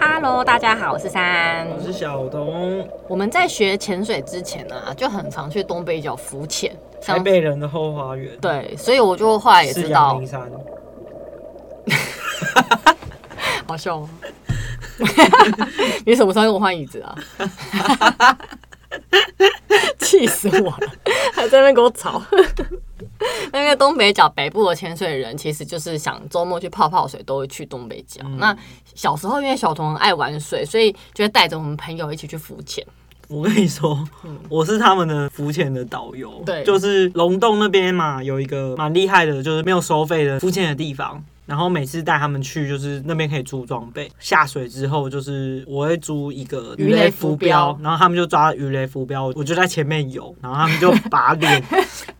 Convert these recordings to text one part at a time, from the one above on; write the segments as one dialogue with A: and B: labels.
A: Hello，大家好，我是三。
B: 我是小童，
A: 我们在学潜水之前呢、啊，就很常去东北角浮潜。
B: 台北人的后花园，
A: 对，所以我就后来也
B: 是
A: 知
B: 阳
A: 道
B: 明，山。
A: 好笑 吗？你什么时候跟我换椅子啊？ 气死我了！还在那边给我吵。 那个东北角北部的潜水人，其实就是想周末去泡泡水，都会去东北角。
B: 嗯
A: 那小时候因为小童很爱玩水，所以就会带着我们朋友一起去浮潜。
B: 我跟你说，我是他们的浮潜的导游，
A: 嗯对
B: 就是龙洞那边嘛，有一个蛮厉害的，就是没有收费的浮潜的地方。然后每次带他们去，就是那边可以租装备。下水之后，就是我会租一个
A: 鱼雷浮标
B: 然后他们就抓鱼雷浮标，我就 在前面游，然后他们就把脸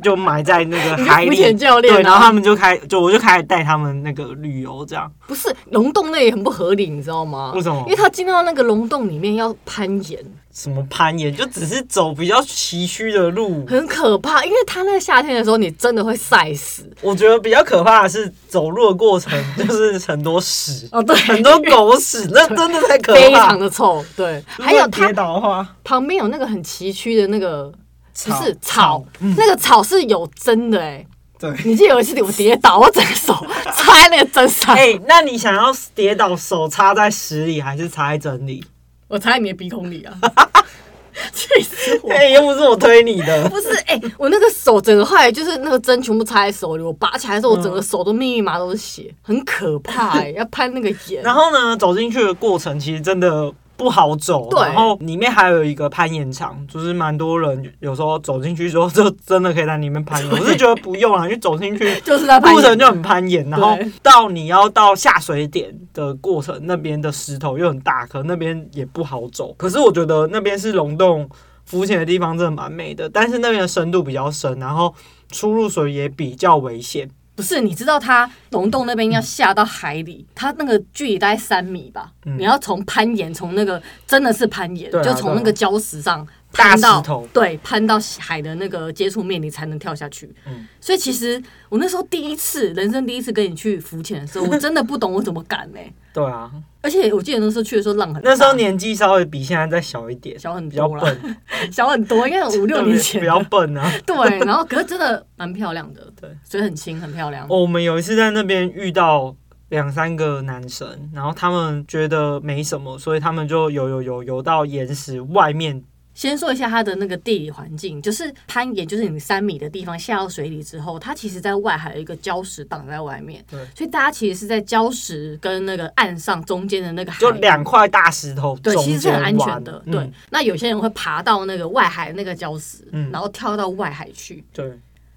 B: 就埋在那个海
A: 你是浮
B: 里。
A: 潜教练啊
B: 对，然后他们就开，就我就开始带他们那个旅游，这样
A: 不是龙洞那也很不合理，你知道吗？
B: 为什么
A: 因为他进到那个龙洞里面要攀岩，
B: 什么攀岩，就只是走比较崎岖的路。
A: 很可怕。因为他那个夏天的时候，你真的会晒死。
B: 我觉得比较可怕的是走路的过程，就是很多屎，
A: 哦，对，
B: 很多狗屎，那真的太可
A: 非
B: 怕
A: 常。的臭。对，
B: 如果
A: 还有
B: 你
A: 它
B: 跌倒的话，
A: 旁边有那个很崎岖的那个，不
B: 草嗯
A: 是草，那个草是有针的哎、
B: 对。
A: 你记得有一次我跌倒，我整个手 插在那个针上，
B: 哎、那你想要跌倒手插在屎里，还是插在针里？
A: 我插在你的鼻孔里啊， 气死我！
B: 哎、又不是我推你的。
A: 不是，哎、我那个手整个后来就是那个针全部插在手里，我拔起来的时候，我整个手都密密麻都是血，很可怕、 哎，要攀那个岩。
B: 然后呢，走进去的过程其实真的不好走。
A: 对
B: 然后里面还有一个攀岩场，就是蛮多人有时候走进去之后，就真的可以在里面攀岩。我是觉得不用啊，因为走进去
A: 就是在攀
B: 路程
A: 岩，嗯
B: 就很攀岩，然后到你要到下水点的过程，那边的石头又很大颗，那边也不好走。可是我觉得那边是溶洞浮潜的地方，真的蛮美的，但是那边的深度比较深，然后出入水也比较危险。
A: 不是你知道它龙洞那边要下到海里，它那个距离大概三米吧，你要从攀岩，从那个真的是攀岩，
B: 嗯对啊
A: 就从那个礁石上
B: 大
A: 攀到
B: 石头
A: 对，攀到海的那个接触面，你才能跳下去。
B: 嗯
A: 所以其实我那时候第一次，人生第一次跟你去浮潜的时候，我真的不懂我怎么敢呢、
B: 对啊，
A: 而且我记得那时候去的时候浪很大，
B: 那时候年纪稍微比现在再小一点，
A: 小很
B: 比较
A: 嗯多啦
B: 笨，
A: 小很多，应 该有五六年前
B: 比。较 笨啊。
A: 对，然后可是真的蛮漂亮的，
B: 对，
A: 所以很轻，很漂亮。
B: 哦我们有一次在那边遇到两三个男生，然后他们觉得没什么，所以他们就游游游游到岩石外面。
A: 先说一下它的那个地理环境，就是攀岩，就是你三米的地方下到水里之后，它其实在外还有一个礁石挡在外面，
B: 对
A: 所以大家其实是在礁石跟那个岸上中间的那个海
B: 就两块大石头中
A: 对，
B: 间
A: 其实是很安全
B: 玩
A: 的。
B: 嗯
A: 对，那有些人会爬到那个外海那个礁石，
B: 嗯
A: 然后跳到外海去，
B: 对，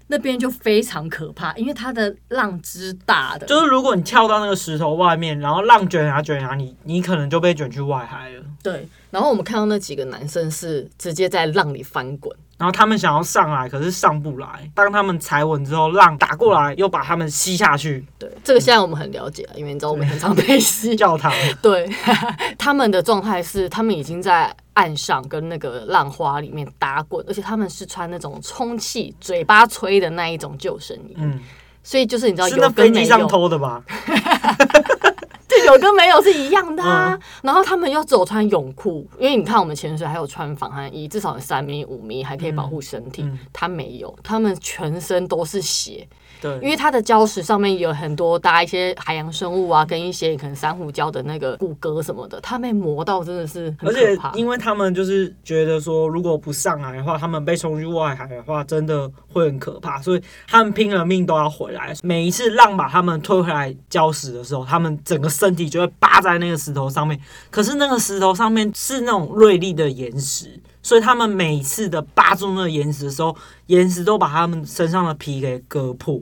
A: 那边就非常可怕，因为它的浪之大的，
B: 就是如果你跳到那个石头外面，然后浪卷啊卷啊你，你可能就被卷去外海了。
A: 对。然后我们看到那几个男生是直接在浪里翻滚。
B: 然后他们想要上来，可是上不来。当他们踩稳之后，浪打过来，又把他们吸下去
A: 对，这个现在我们很了解了，啊因为你知道我们很常被 吸。
B: 教堂。
A: 对，他们的状态是他们已经在岸上跟那个浪花里面打滚，而且他们是穿那种充气嘴巴吹的那一种救生衣，
B: 嗯，
A: 所以就是你知道
B: 是
A: 有
B: 那飞
A: 跟没有
B: 机上，偷的吧？
A: 对，有跟没有是一样的
B: 嗯
A: 啊。然后他们又只有穿泳裤，因为你看我们潜水还有穿防寒衣，至少有三米五米还可以保护身体，
B: 嗯
A: 他没有，他们全身都是血，
B: 对，
A: 因为它的礁石上面有很多搭一些海洋生物啊，跟一些可能珊瑚礁的那个骨骼什么的，它被磨到真的是很
B: 而且
A: 可怕。
B: 因为他们就是觉得说，如果不上来的话，他们被冲去外海的话，真的会很可怕，所以他们拼了命都要回来。每一次浪把他们推回来礁石的时候，他们整个身体就会扒在那个石头上面。可是那个石头上面是那种锐利的岩石，所以他们每次的扒住那个岩石的时候，岩石都把他们身上的皮给割破。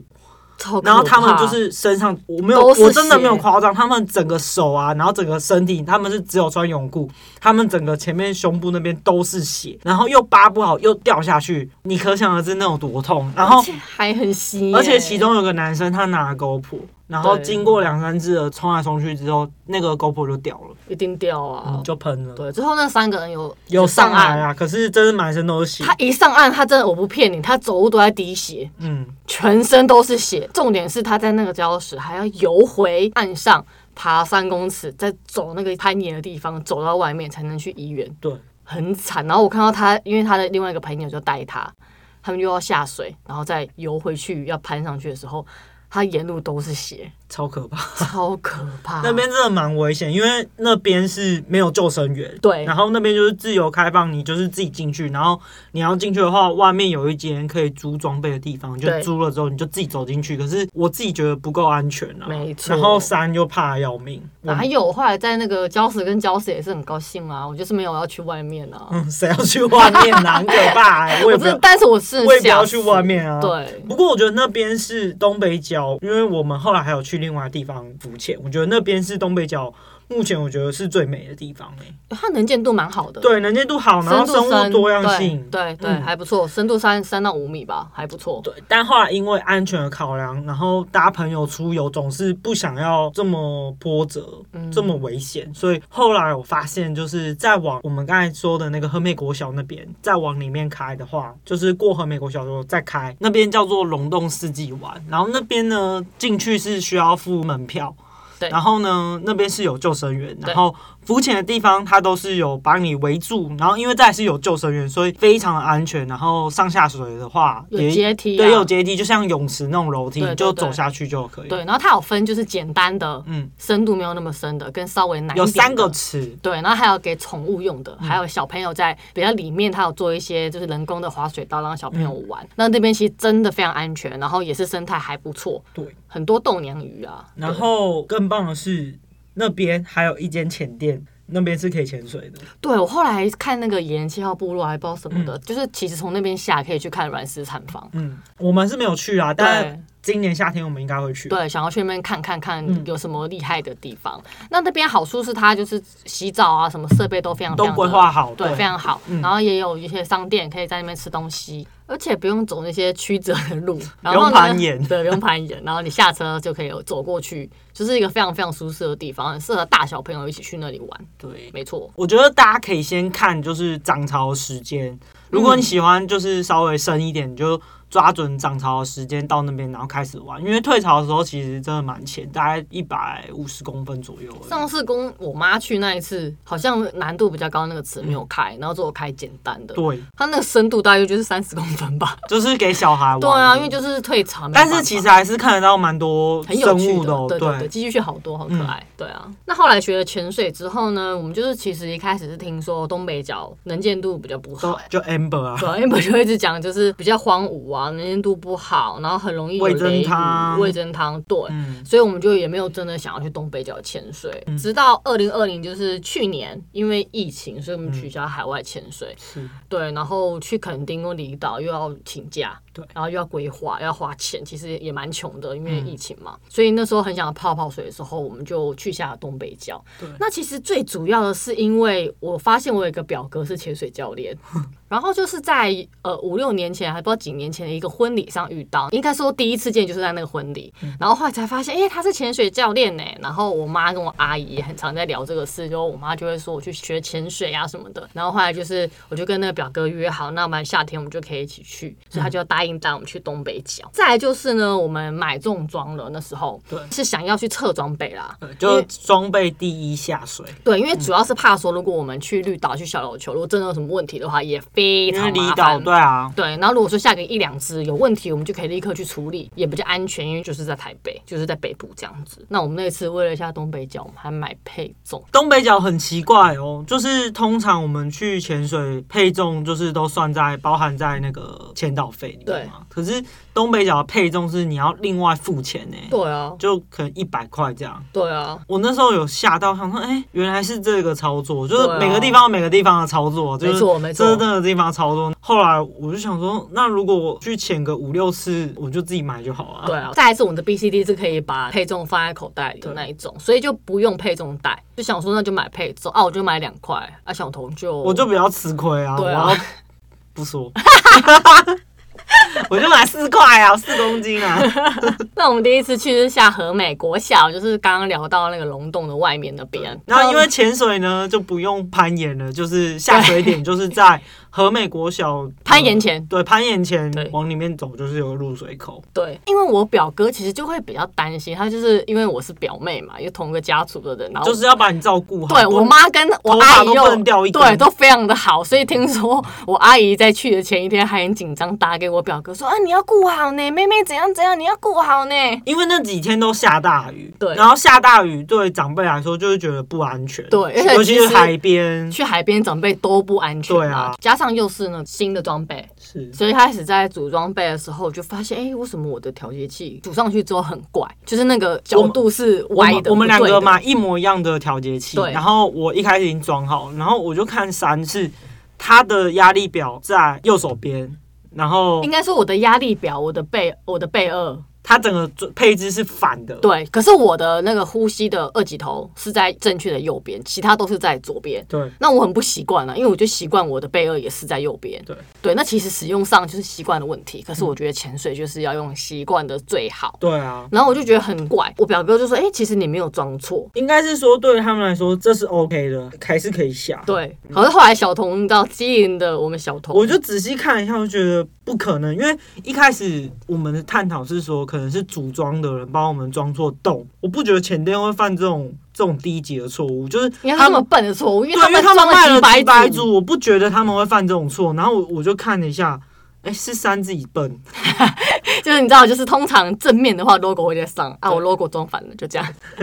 A: 超可怕
B: 然后他们就是身上，我没有，
A: 都是
B: 我真的
A: 血
B: 没有夸张，他们整个手啊，然后整个身体，他们是只有穿泳裤，他们整个前面胸部那边都是血，然后又扒不好又掉下去，你可想而知那有多痛。然后
A: 而，且还很稀欸耶，
B: 而且其中有个男生他拿了 GoPro，然后
A: 对
B: 经过两三次的冲来冲去之后，那个 GoPro 就掉了，
A: 一定掉啊
B: 嗯，。就喷了。
A: 对，之后那三个人有
B: 有上
A: 岸
B: 来，啊，可是真的满身都是血。
A: 他一上岸，他真的我不骗你，他走路都在滴血，
B: 嗯，
A: 全身都是血。重点是他在那个礁石还要游回岸上，爬三公尺，再走那个攀岩的地方，走到外面才能去医院，
B: 对，
A: 很惨。然后我看到他，因为他的另外一个朋友就带他，他们又要下水，然后再游回去要攀上去的时候，他沿路都是血，
B: 超可怕。
A: 超可怕。
B: 那边真的蛮危险，因为那边是没有救生员，
A: 对
B: 然后那边就是自由开放，你就是自己进去，然后你要进去的话，外面有一间可以租装备的地方，你就
A: 对
B: 租了之后你就自己走进去。可是我自己觉得不够安全啊，
A: 没错
B: 然后山又怕要命，我
A: 哪有？后来在那个礁石跟礁石也是很高兴啊，我就是没有要去外面啊。
B: 嗯，谁要去外面啊？很可 怕、欸，我也
A: 我
B: 不
A: 真
B: 要
A: 的，但是我是
B: 我也不要
A: 吓
B: 去
A: 死
B: 外面啊。。
A: 对，
B: 不过我觉得那边是东北角，因为我们后来还有去另外地方浮潜，我觉得那边是东北角目前我觉得是最美的地方、欸、
A: 它能见度蛮好的。
B: 对，能见度好，然
A: 深
B: 后
A: 度
B: 生物
A: 三
B: 多样性，
A: 对对对
B: 嗯
A: 还不错，深度三三到五米吧，还不错。
B: 对，但后来因为安全的考量，然后大家朋友出游总是不想要这么波折，
A: 嗯
B: 这么危险，所以后来我发现，就是再往我们刚才说的那个和美国小那边，再往里面开的话，就是过和美国小之后再开，那边叫做龙洞四季湾，然后那边呢进去是需要付门票。
A: 对
B: 然后呢，那边是有救生员，
A: 对
B: 然后浮潜的地方它都是有把你围住，然后因为再来是有救生员，所以非常的安全。然后上下水的话，
A: 有
B: 也
A: 阶梯、啊，
B: 对，有阶梯，就像泳池那种楼梯，
A: 对对
B: 你就
A: 对
B: 走下去就可以。
A: 对，，然后它有分，就是简单的，
B: 嗯，
A: 深度没有那么深的，跟稍微难一点
B: 有
A: 的
B: 三个嗯池，
A: 对，然后还有给宠物用的，还有小朋友在比较里面，它有做一些就是人工的滑水道让小朋友
B: 嗯
A: 玩。那那边其实真的非常安全，然后也是生态还不错，
B: 对。
A: 很多豆娘鱼啊。
B: 然
A: 对
B: 后更棒的是，那边还有一间潜店，那边是可以潜水的。
A: 对我后来看那个野人七号部落还不知道什么的，就是其实从那边下可以去看软石产房。
B: 嗯，我们是没有去啊，
A: 对
B: 但今年夏天我们应该会去。
A: 对，想要去那边看看看
B: 嗯
A: 有什么厉害的地方。那那边好处是它就是洗澡啊，什么设备都非常
B: 都
A: 非常
B: 规
A: 的
B: 划好
A: 对，
B: 对
A: 非常好。
B: 嗯
A: 然后也有一些商店可以在那边吃东西，而且不用走那些曲折的 路，然后呢
B: 不用攀岩
A: 对，不用攀岩。然后你下车就可以有走过去，就是一个非常非常舒适的地方，很适合大小朋友一起去那里玩。
B: 对，
A: 没错，
B: 我觉得大家可以先看就是涨潮时间，如果你喜欢就是稍微深一点，你就抓准涨潮的时间到那边，然后开始玩。因为退潮的时候其实真的蛮浅，大概一百五十公分左右而已。
A: 上次跟我妈去那一次，好像难度比较高，那个池没有开，然后只有开简单的。
B: 对，
A: 它那个深度大约就是三十公分吧。
B: 就是给小孩玩的。
A: 对啊，因为就是退场。没有
B: 但
A: 办
B: 是
A: 法
B: 其实还是看得到蛮多
A: 很有
B: 生
A: 趣
B: 物嗯
A: 的
B: 哦，
A: 对对，寄居蟹好多，好可爱。对啊，那后来学了潜水之后呢，我们就是其实一开始是听说东北角能见度比较不
B: 都
A: 好。
B: 就 amber 啊，
A: 对啊，因为我就一直讲，就是比较荒芜啊，能见度不好，然后很容易有
B: 味噌
A: 雷雨
B: 汤
A: 味噌汤，对，
B: 嗯，
A: 所以我们就也没有真的想要去东北角潜水，直到二零二零，就是去年因为疫情，所以我们取
B: 嗯
A: 消海外潜水。
B: 是
A: 对，然后去垦丁跟离岛又要请假，
B: 对
A: 然后又要规划，又要花钱，其实也蛮穷的，因为疫情嘛。所以那时候很想泡泡水的时候，我们就去下了东北角
B: 对。
A: 那其实最主要的是，因为我发现我有一个表哥是潜水教 练，然后就是在呃五六年前，还不知道几年前的一个婚礼上遇到，应该说第一次见就是在那个婚礼，
B: 嗯
A: 然后后来才发现，哎、他是潜水教练呢、然后我妈跟我阿姨也很常在聊这个事，就我妈就会说我去学潜水啊什么的。然后后来就是我就跟那个表哥约好，那我们夏天我们就可以一起去，
B: 嗯
A: 所以他就答应带我们去东北角。再来就是呢，我们买重装了，那时候
B: 对
A: 是想要去测装备啦，
B: 呃就装备第一下水，
A: 对，因为主要是怕说如果我们去绿岛、去小琉球，如果真的有什么问题的话，也非
B: 因为
A: 常
B: 离
A: 麻
B: 岛
A: 烦。
B: 对啊，
A: 对，然后如果说下个一两只有问题，我们就可以立刻去处理，也比较安全，因为就是在台北，就是在北部这样子。那我们那次为了一下东北角，我们还买配重，
B: 东北角很奇怪哦，就是通常我们去潜水配重就是都算在包含在那个潜导费里面嘛，可是东北角的配重是你要另外付钱呢、
A: 对啊，
B: 就可能一百块这样。
A: 对啊，
B: 我那时候有吓到，想说，哎、原来是这个操作，就
A: 对啊
B: 是每个地方有每个地方的操作，就
A: 没
B: 是
A: 错没错
B: 这是那个地方的操作。后来我就想说，那如果我去潜个五六次，我就自己买就好了。
A: 对啊。再来是我们的 BCD 是可以把配重放在口袋里的那一种，所以就不用配重袋，就想说那就买配重啊，我就买两块啊，小童就啊
B: 我就比较吃亏啊，
A: 对啊
B: 我要不说， 我就买四块啊，四公斤啊。
A: 那我们第一次去是下河美国小，就是刚刚聊到那个龙洞的外面那边。
B: 然后因为潜水呢就不用攀岩了，就是下水点就是在和美国小
A: 攀岩前
B: 呃对，攀岩前
A: 对
B: 往里面走就是有个入水口。
A: 对，因为我表哥其实就会比较担心，他就是因为我是表妹嘛，又同个家族的人，然后
B: 就是要把你照顾好。
A: 对
B: 不
A: 我妈跟我
B: 头
A: 阿
B: 发
A: 姨
B: 都不能掉
A: 又
B: 一根
A: 对都非常的好，所以听说我阿姨在去的前一天还很紧张，打给我表哥说啊你要顾好呢，妹妹怎样怎样，你要顾好呢。
B: 因为那几天都下大雨，
A: 对
B: 然后下大雨对长辈来说就是觉得不安全，
A: 对而且
B: 尤其
A: 其
B: 是
A: 实
B: 海边，
A: 去海边长辈都不安全
B: 嗯对啊
A: 加上又是呢新的装备，
B: 是
A: 所以开始在组装备的时候，我就发现，哎、为什么我的调节器组上去之后很怪，就是那个角度是
B: 我
A: 歪
B: 们
A: 的，
B: 我们两
A: 不对的
B: 个，买一模一样的调节器，
A: 对
B: 然后我一开始已经装好，然后我就看三次，它的压力表在右手边，然后
A: 应该说我的压力表，我的背，我的背二，
B: 它整个配置是反的，
A: 对，可是我的那个呼吸的二级头是在正确的右边，其他都是在左边。
B: 对
A: 那我很不习惯了，啊因为我就习惯我的背二也是在右边。
B: 对
A: 对，那其实使用上就是习惯的问题，可是我觉得潜水就是要用习惯的最好。
B: 对啊。
A: 然后我就觉得很怪，我表哥就说：“哎、其实你没有装错，
B: 应该是说，对他们来说这是 OK 的，还是可以下。
A: 对，好像后来小童到基林的我们小童，
B: 嗯我就仔细看一下，我觉得不可能，因为一开始我们的探讨是说，可能是组装的人帮我们装错洞。我不觉得前店会犯这种这种低级的错误，就是
A: 因为他
B: 们
A: 们笨的错误，因
B: 对，
A: 为他
B: 因为
A: 们
B: 他
A: 装
B: 们卖
A: 了几
B: 了
A: 百
B: 几百
A: 组，
B: 组，我不觉得他们会犯这种错。然后我我就看了一下，哎、是三自己笨，
A: 就是你知道，就是通常正面的话 logo 会在上啊，
B: 对
A: 我 logo 装反了，就这样，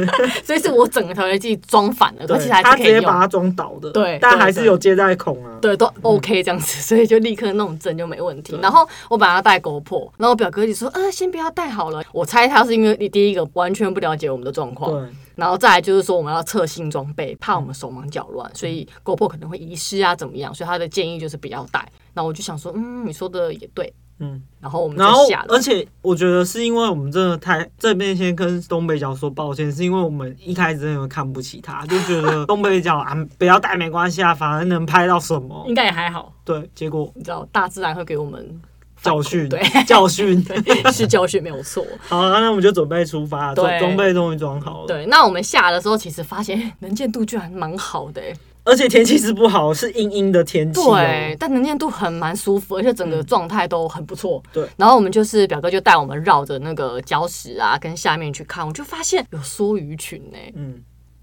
A: 所以是我整个调节器装反了，而且还
B: 他
A: 是
B: 直
A: 可以
B: 接把
A: 用，
B: 它装倒的，
A: 对
B: 但
A: 对
B: 还是
A: 对
B: 有接在孔啊。
A: 对，都 OK 这样子， 所以就立刻弄正就没问题。然后我把它带国破，然后我表哥就说：“呃，先不要带好了。”我猜他是因为你第一个完全不了解我们的状况，
B: 对，
A: 然后再来就是说，我们要测新装备，怕我们手忙脚
B: 嗯
A: 乱，所以 GoPro 可能会遗失啊，怎么样？所以他的建议就是不要带。那我就想说，嗯，你说的也对。
B: 嗯，
A: 然后我们就
B: 然后呃
A: 下了
B: 而，且我觉得是因为我们真的太这边先跟东北角说抱歉，是因为我们一开始真的看不起他，就觉 得东北角啊不要带没关系啊，反正能拍到什么。
A: 应该也还好，
B: 对，结果
A: 你知道，大自然会给我们反
B: 教
A: 馈
B: 训
A: 对，
B: 教 训。
A: 对，是教训没有错。
B: 好啊，那我们就准备出发，装
A: 对
B: 装备终于装好了。
A: 对，那我们下的时候，其实发现能见度居然蛮好的、欸，
B: 而且天气是不好，是阴阴的天气、哦。嗯
A: 对，但能见度很蛮舒服，而且整个状态都很不错。
B: 对
A: 然后我们就是表哥就带我们绕着那个礁石啊，跟下面去看，我就发现有梭鱼群呢、
B: 嗯，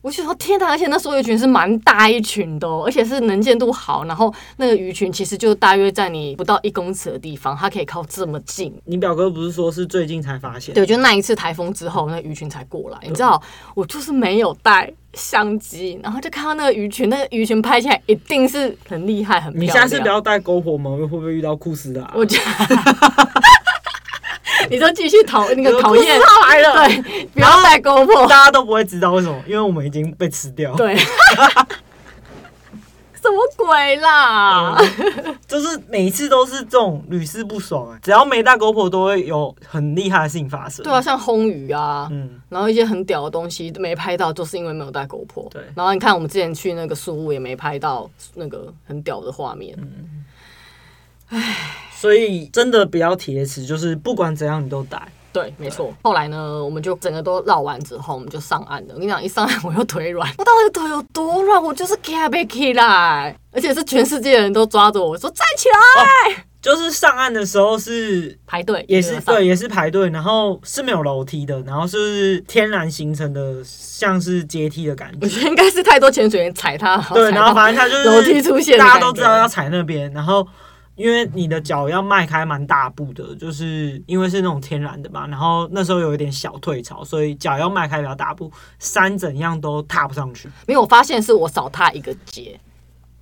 A: 我就想说天哪，而且那梭鱼群是蛮大一群的、哦，而且是能见度好，然后那个鱼群其实就大约在你不到一公尺的地方，它可以靠这么近。
B: 你表哥不是说是最近才发现？
A: 对，就那一次台风之后，那鱼群才过来。你知道，我就是没有带相机，然后就看到那个鱼群，那个鱼群拍起来一定是很厉害、很漂
B: 你
A: 亮。
B: 下次不要带篝火盟，会不会遇到库斯达？
A: 我 觉得，你就继续讨那个讨厌，
B: 他来了，
A: 对，不要
B: 啊
A: 带勾 破，
B: 大家都不会知道为什么，因为我们已经被吃掉。
A: 对， 什么鬼
B: 嗯
A: 啦？
B: 就是每一次都是这种屡试不爽、哎，只要没带篝火，都会有很厉害的事情发生。
A: 对啊，像轰鱼啊。
B: 嗯，
A: 然后一些很屌的东西没拍到，就是因为没有带狗破。
B: 对
A: 然后你看我们之前去那个树屋也没拍到那个很屌的画
B: 嗯
A: 面。
B: 所以真的不要铁齿，就是不管怎样你都带。
A: 对，没错。后来呢，我们就整个都绕完之后，我们就上岸了。我跟你讲，一上岸我又腿软，我到底腿有多软？我就是 c 不起来，而且是全世界的人都抓着我说站起来。
B: 就是上岸的时候是
A: 排队
B: 哦也是
A: 上
B: 对，也是排队，然后是没有楼梯的，然后是天然形成的，像是阶梯的感
A: 我
B: 觉。
A: 觉得应该是太多潜水员踩它，
B: 对，然
A: 踩到
B: 后 反正它就是
A: 楼梯出现的感觉
B: 大家都知道要踩那边，然后因为你的脚要迈开蛮大步的，就是因为是那种天然的嘛，然后那时候有一点小退潮，所以脚要迈开比较大步，山怎样都踏不上去。
A: 没有我发现是我少踏一个阶，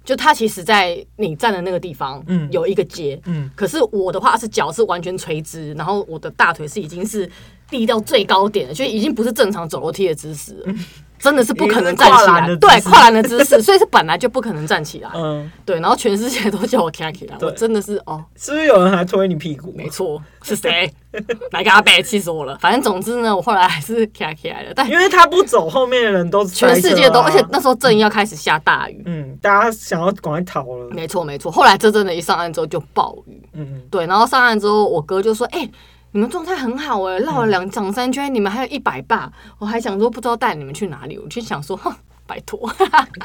A: 就它其实在你站的那个地方，嗯
B: 嗯，
A: 有一个阶，
B: 嗯，
A: 可是我的话是脚是完全垂直，然后我的大腿是已经是立到最高点了，就已经不是正常走楼梯的姿势了，真的是不可能
B: 已经
A: 站
B: 嗯是
A: 起
B: 跨栏
A: 来，
B: 的
A: 对，
B: 姿势
A: 跨栏的姿势， 所以是本来就不可能站起来，
B: 嗯，
A: 对，然后全世界都叫我 k a k 我
B: 对
A: 真的是哦，
B: 是不是有人还推你屁股？
A: 没错，是谁？ 来个阿贝，气死我了。反正总之呢，我后来还是 k 起来了，但
B: 因为他不走，后面的人都
A: 全世界
B: 塞车
A: 都，
B: 啊
A: 而且那时候正要开始下大雨，
B: 嗯，大家想要赶快逃了，
A: 没错没错。后来这真的，一上岸之后就暴雨，
B: 嗯，
A: 对，然后上岸之后，我哥就说：“哎、你们状态很好哎、绕了两场三圈，你们还有一百霸。”我还想说不知道带你们去哪里，我就想说，哼，拜托，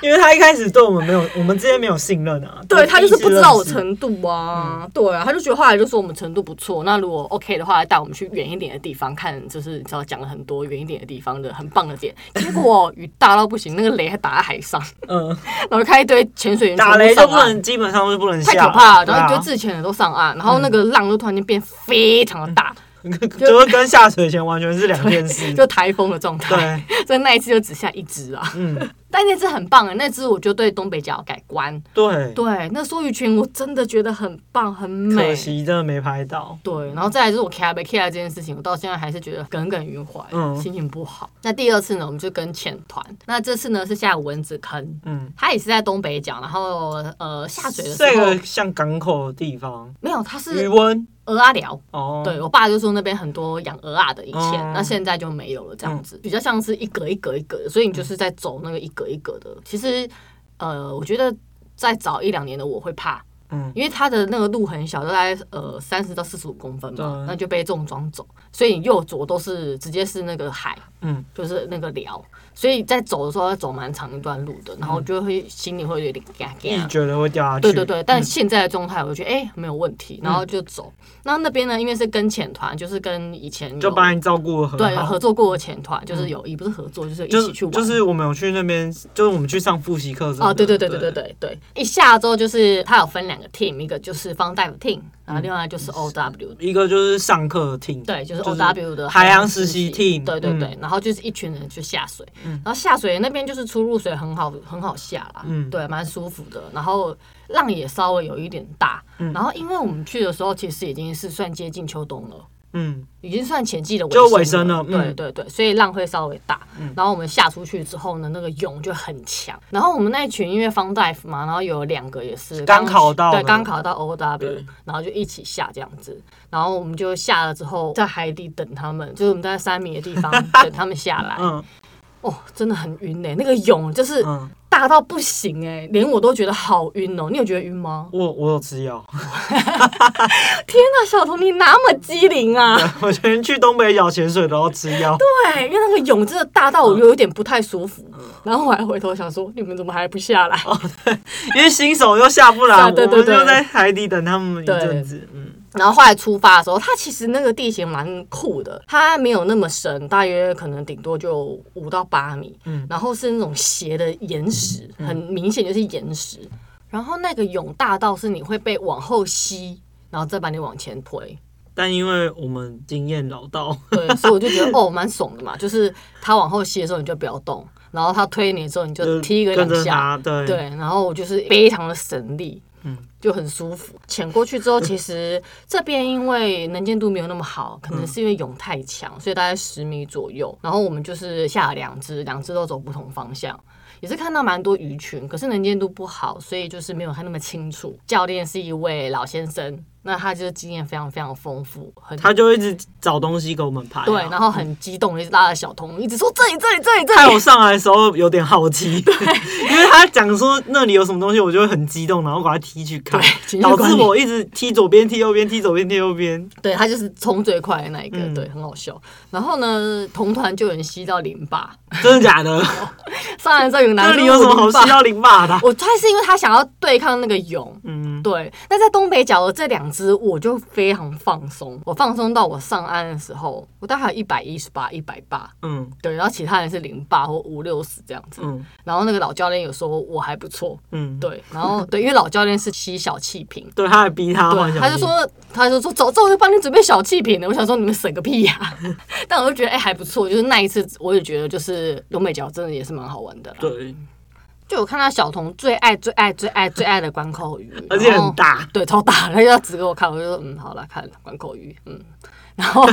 B: 因为他一开始对我们没有，我们之间没有信任啊，
A: 对他就是
B: 第一
A: 不
B: 次
A: 知道我
B: 认识，
A: 程度啊， 对啊，他就觉得后来就说我们程度不错，那如果 OK 的话，带我们去远一点的地方看，就是你知道讲了很多远一点的地方的很棒的点。结果雨大到不行，那个雷还打在海上，
B: 嗯，
A: 然后看一堆潜水员
B: 打
A: 全部
B: 雷就
A: 上
B: 不
A: 岸
B: 能，基本上就不能
A: 啊太
B: 下
A: 可
B: 了，
A: 怕了，然后一
B: 对
A: 堆
B: 啊嗯
A: 自潜的都上岸，然后那个浪就突然间变非常的大，
B: 就是跟 下水前完全是两 件事。
A: 就台风的状态，
B: 嗯对，
A: 所以那一次就只下一只啊。
B: 嗯，
A: 但那只很棒啊，那只我就对东北角改观。
B: 对，
A: 对，那梭鱼群我真的觉得很棒，很美
B: 可。惜真的没拍到。
A: 对，然后再来就是我 K I 被 K I 这件事情，我到现在还是觉得呃耿耿于怀，
B: 嗯
A: 心情不好。那第二次呢，我们就跟浅团，那这次呢是下蚊子坑，
B: 嗯，
A: 它也是在东北角，然后呃下水的时
B: 这
A: 候
B: 个像港口的地方，
A: 没有，它
B: 余
A: 是
B: 温
A: 鹅阿寮。
B: 哦，
A: 对我爸就说那边很多养鹅啊的，以前、
B: 哦嗯
A: 那现在就没有了，这样子、比较像是一格一格一格的，所以你就是在走那个一格一格的。其实，呃，我觉得再早一两年的我会怕，
B: 嗯，
A: 因为它的那个路很小，大概呃三十到四十五公分嘛
B: 对，
A: 那就被重装走，所以你右左都是直接是那个海，
B: 嗯，
A: 就是那个寮，所以在走的时候要走蛮长一段路的，然
B: 嗯
A: 后就会心里会有点嘎
B: 一直
A: 嘎。
B: 觉得会掉下去。
A: 对对对，但现在的状态我觉得哎、没有问题，然后就走。那那边呢，因为是跟浅团，就是跟以前有
B: 就把你照顾的很
A: 对有
B: 好
A: 合。作过的浅团，就是有也不是合作，就是一
B: 就
A: 起去
B: 是
A: 玩。
B: 就是我们有去那边，就是我们去上复习课什么的
A: 哦，对对对对对对对，一下之后就是它有分两个 team，一个就是方大夫 team，然后另外就是 OW
B: 一个就是上课听，
A: 对，就是
B: 就是
A: OW 的
B: 海洋实习 team 嗯
A: 对对对，然后就是一群人去下水，然后下水那边就是出入水很好，很好下啦，
B: 嗯
A: 对，蛮舒服的，然后浪也稍微有一点大，
B: 嗯
A: 然后因为我们去的时候其实已经是算接近秋冬了。
B: 嗯，
A: 已经算前季的
B: 就
A: 尾
B: 尾声了
A: 对
B: 嗯
A: 对对，所以浪会稍微大。然后我们下出去之后呢，那个涌就很强。然后我们那一群因为方大夫嘛，然后有两个也是
B: 刚考到
A: 对，
B: 的
A: 刚考到 OW，
B: 对
A: 然后就一起下这样子。然后我们就下了之后，在海底等他们，就是我们在三米的地方等他们下来。
B: 嗯
A: 哦，真的很晕呢、那个涌就是
B: 嗯，
A: 大到不行哎、连我都觉得好晕哦、你有觉得晕吗？
B: 我我有吃药，
A: 天呐，小童你那么机灵啊！
B: 我昨天去东北角潜水都要吃药，
A: 对，因为那个涌真的大到我
B: 嗯
A: 有点不太舒服，然后我还回头想说，你们怎么还不下来？
B: 哦 因为新手又下不来，
A: 啊
B: 我
A: 对
B: 们
A: 对对
B: 就在海底等他们一
A: 对
B: 阵子，嗯
A: 然后后来出发的时候，它其实那个地形蛮酷的，它没有那么深，大约可能顶多就五到八米，
B: 嗯
A: 然后是那种斜的岩石，很明显就是岩石。然后那个涌大到是你会被往后吸，然后再把你往前 推，
B: 但因为我们经验老道，
A: 对，所以我就觉得哦，蛮爽的嘛，就是它往后吸的时候你就不要动，然后它推你的时候你就
B: 就
A: 踢个两
B: 跟着
A: 下，
B: 他，对
A: 对，然后我就是非常的省力，嗯
B: 嗯，
A: 就很舒服。潜过去之后，其实这边因为能见度没有那么好，可能
B: 嗯
A: 是因为涌太强，所以大概十米左右。然后我们就是下了两只，两只都走不同方向。也是看到蛮多鱼群，可是能见度不好，所以就是没有看那么清楚。教练是一位老先生，那他就是经验非常非常丰富，很
B: 他就一直找东西给我们拍啊，
A: 对，然后很激动，一直拉着小童，一直说这里这里这里这里，
B: 害我上来的时候有点 好奇， 因为他讲说那里有什么东西，我就会很激动，然后把它踢去 看
A: 对情绪，
B: 导
A: 管
B: 致
A: 理
B: 我一直踢左边、踢右边、踢左边、踢右边。
A: 对他就是冲最快的那一个，
B: 嗯
A: 对，很好笑。然后呢，同团就有人吸到淋巴，
B: 真的 假的？
A: 上来之后有男
B: 那
A: 生
B: 里有什么好吸
A: 淋巴？
B: 到零霸 的啊？
A: 我猜是因为他想要对抗那个蛹。
B: 嗯，
A: 对，那在东北角的这两只，我就非常放松。我放松到我上岸的时候，我大概有一百一十八、一百八，
B: 嗯
A: 对，然后其他人是零八或五六十这样子。
B: 嗯
A: 然后那个老教练有说我还不错，
B: 嗯，
A: 对，然后对，因为老教练是吸小气瓶，
B: 对，他还逼他换
A: 对，
B: 小
A: 啊他就说，他就说走走，我就帮你准备小气瓶了。我想说你们省个屁呀、 但我就觉得哎、还不错，就是那一次我也觉得就是东北角真的也是蛮好玩的啦。，
B: 对，
A: 就我看到小童最爱最爱最爱最爱的关口鱼，
B: 而且
A: 然后
B: 很大，
A: 对，超大，他就要指给我看，我就说嗯，好了，看了关口鱼，嗯，然后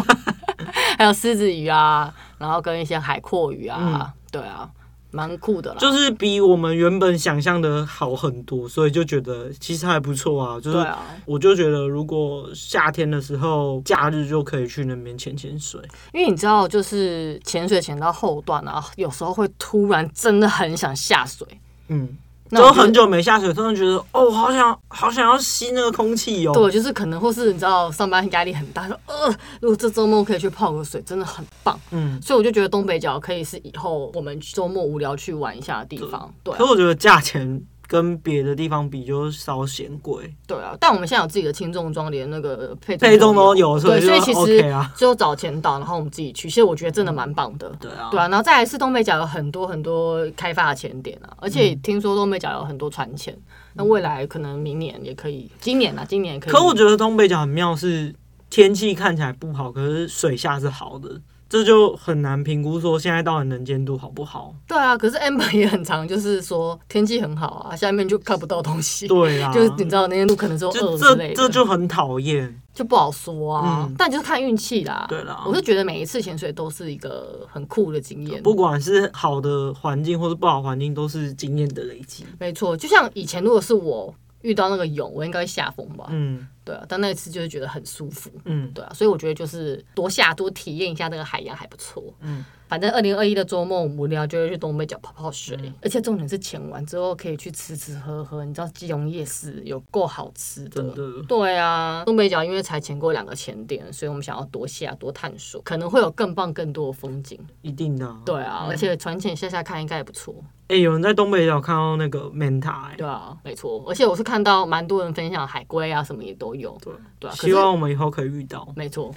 A: 还有狮子鱼啊，然后跟一些海阔鱼啊，对啊，蛮酷的啦。
B: 嗯就是比我们原本想象的好很多，所以就觉得其实还不错啊。就
A: 对
B: 是
A: 啊，
B: 我就觉得，如果夏天的时候假日就可以去那边潜潜水，
A: 因为你知道，就是潜水潜到后段啊，有时候会突然真的很想下水，
B: 嗯，
A: 那我
B: 都
A: 就
B: 很久没下水，突然觉得哦，好想好想要吸那个空气哦。
A: 对，就是可能或是你知道上班压力很大，说呃，如果这周末可以去泡个水，真的很棒。
B: 嗯，
A: 所以我就觉得东北角可以是以后我们周末无聊去玩一下的地方。对啊
B: 可是我觉得价钱跟别的地方比就稍显贵，
A: 对啊，但我们现在有自己的轻重装，连那个配
B: 配重都有所
A: 对，
B: 以
A: 所以
B: 就
A: 其
B: OK
A: 实
B: 啊
A: 只有找前导，然后我们自己去。其实我觉得真的蛮棒的。
B: 对啊
A: 对啊，然后再来是东北角有很多很多开发的潜点啊，而
B: 嗯
A: 且听说东北角有很多船潜，那未来可能明年也可以，今年啊，今年也可以。
B: 可我觉得东北角很妙是，天气看起来不好，可是水下是好的，这就很难评估说现在到底能见度好不好。
A: 对啊，可是 Amber 也很常就是说天气很好啊，下面就看不到东西，
B: 对啊 啦，
A: 就是你知道那些路可能是有
B: 就
A: 饿之类的，
B: 这这就很讨厌。
A: 就不好说啊。
B: 嗯
A: 但就是看运气啦。
B: 对啦
A: 我是觉得每一次潜水都是一个很酷的经验。
B: 不管是好的环境或是不好环境，都是经验的累积。
A: 没错，就像以前如果是我遇到那个泳，我应该会吓疯吧？
B: 嗯
A: 对啊，但那一次就是觉得很舒服。
B: 嗯，
A: 对啊，所以我觉得就是多下多体验一下这个海洋还不错。
B: 嗯
A: 嗯，反正二零二一的周末我们无聊就会去东北角泡泡水，而且重点是潜完之后可以去吃吃喝喝。你知道基隆夜市有够好吃的
B: 真。的。
A: 对啊，东北角因为才潜过两个潜点，所以我们想要多下多探索，可能会有更棒更多的风景。
B: 一定的、啊。
A: 对啊，而且船潜下下看应该也不错。
B: 哎、有人在东北角看到那个 manta，、欸、
A: 对啊，没错。而且我是看到蛮多人分享海龟啊什么也都有。
B: 对
A: 对啊，可
B: 欸希
A: 是
B: 望我们以后可以遇到
A: 没错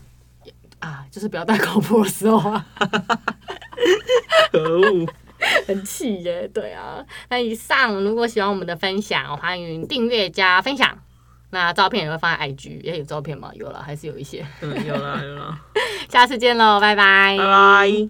A: 啊，就是不要戴口播的时候啊。
B: 可恶，
A: 很气耶，对啊。那以上如果喜欢我们的分享，欢迎订阅加分享。那照片也会放在 IG，也有照片吗？有了，还是有一些。
B: 嗯，有啦有啦，
A: 下次见喽，拜拜。
B: 拜拜。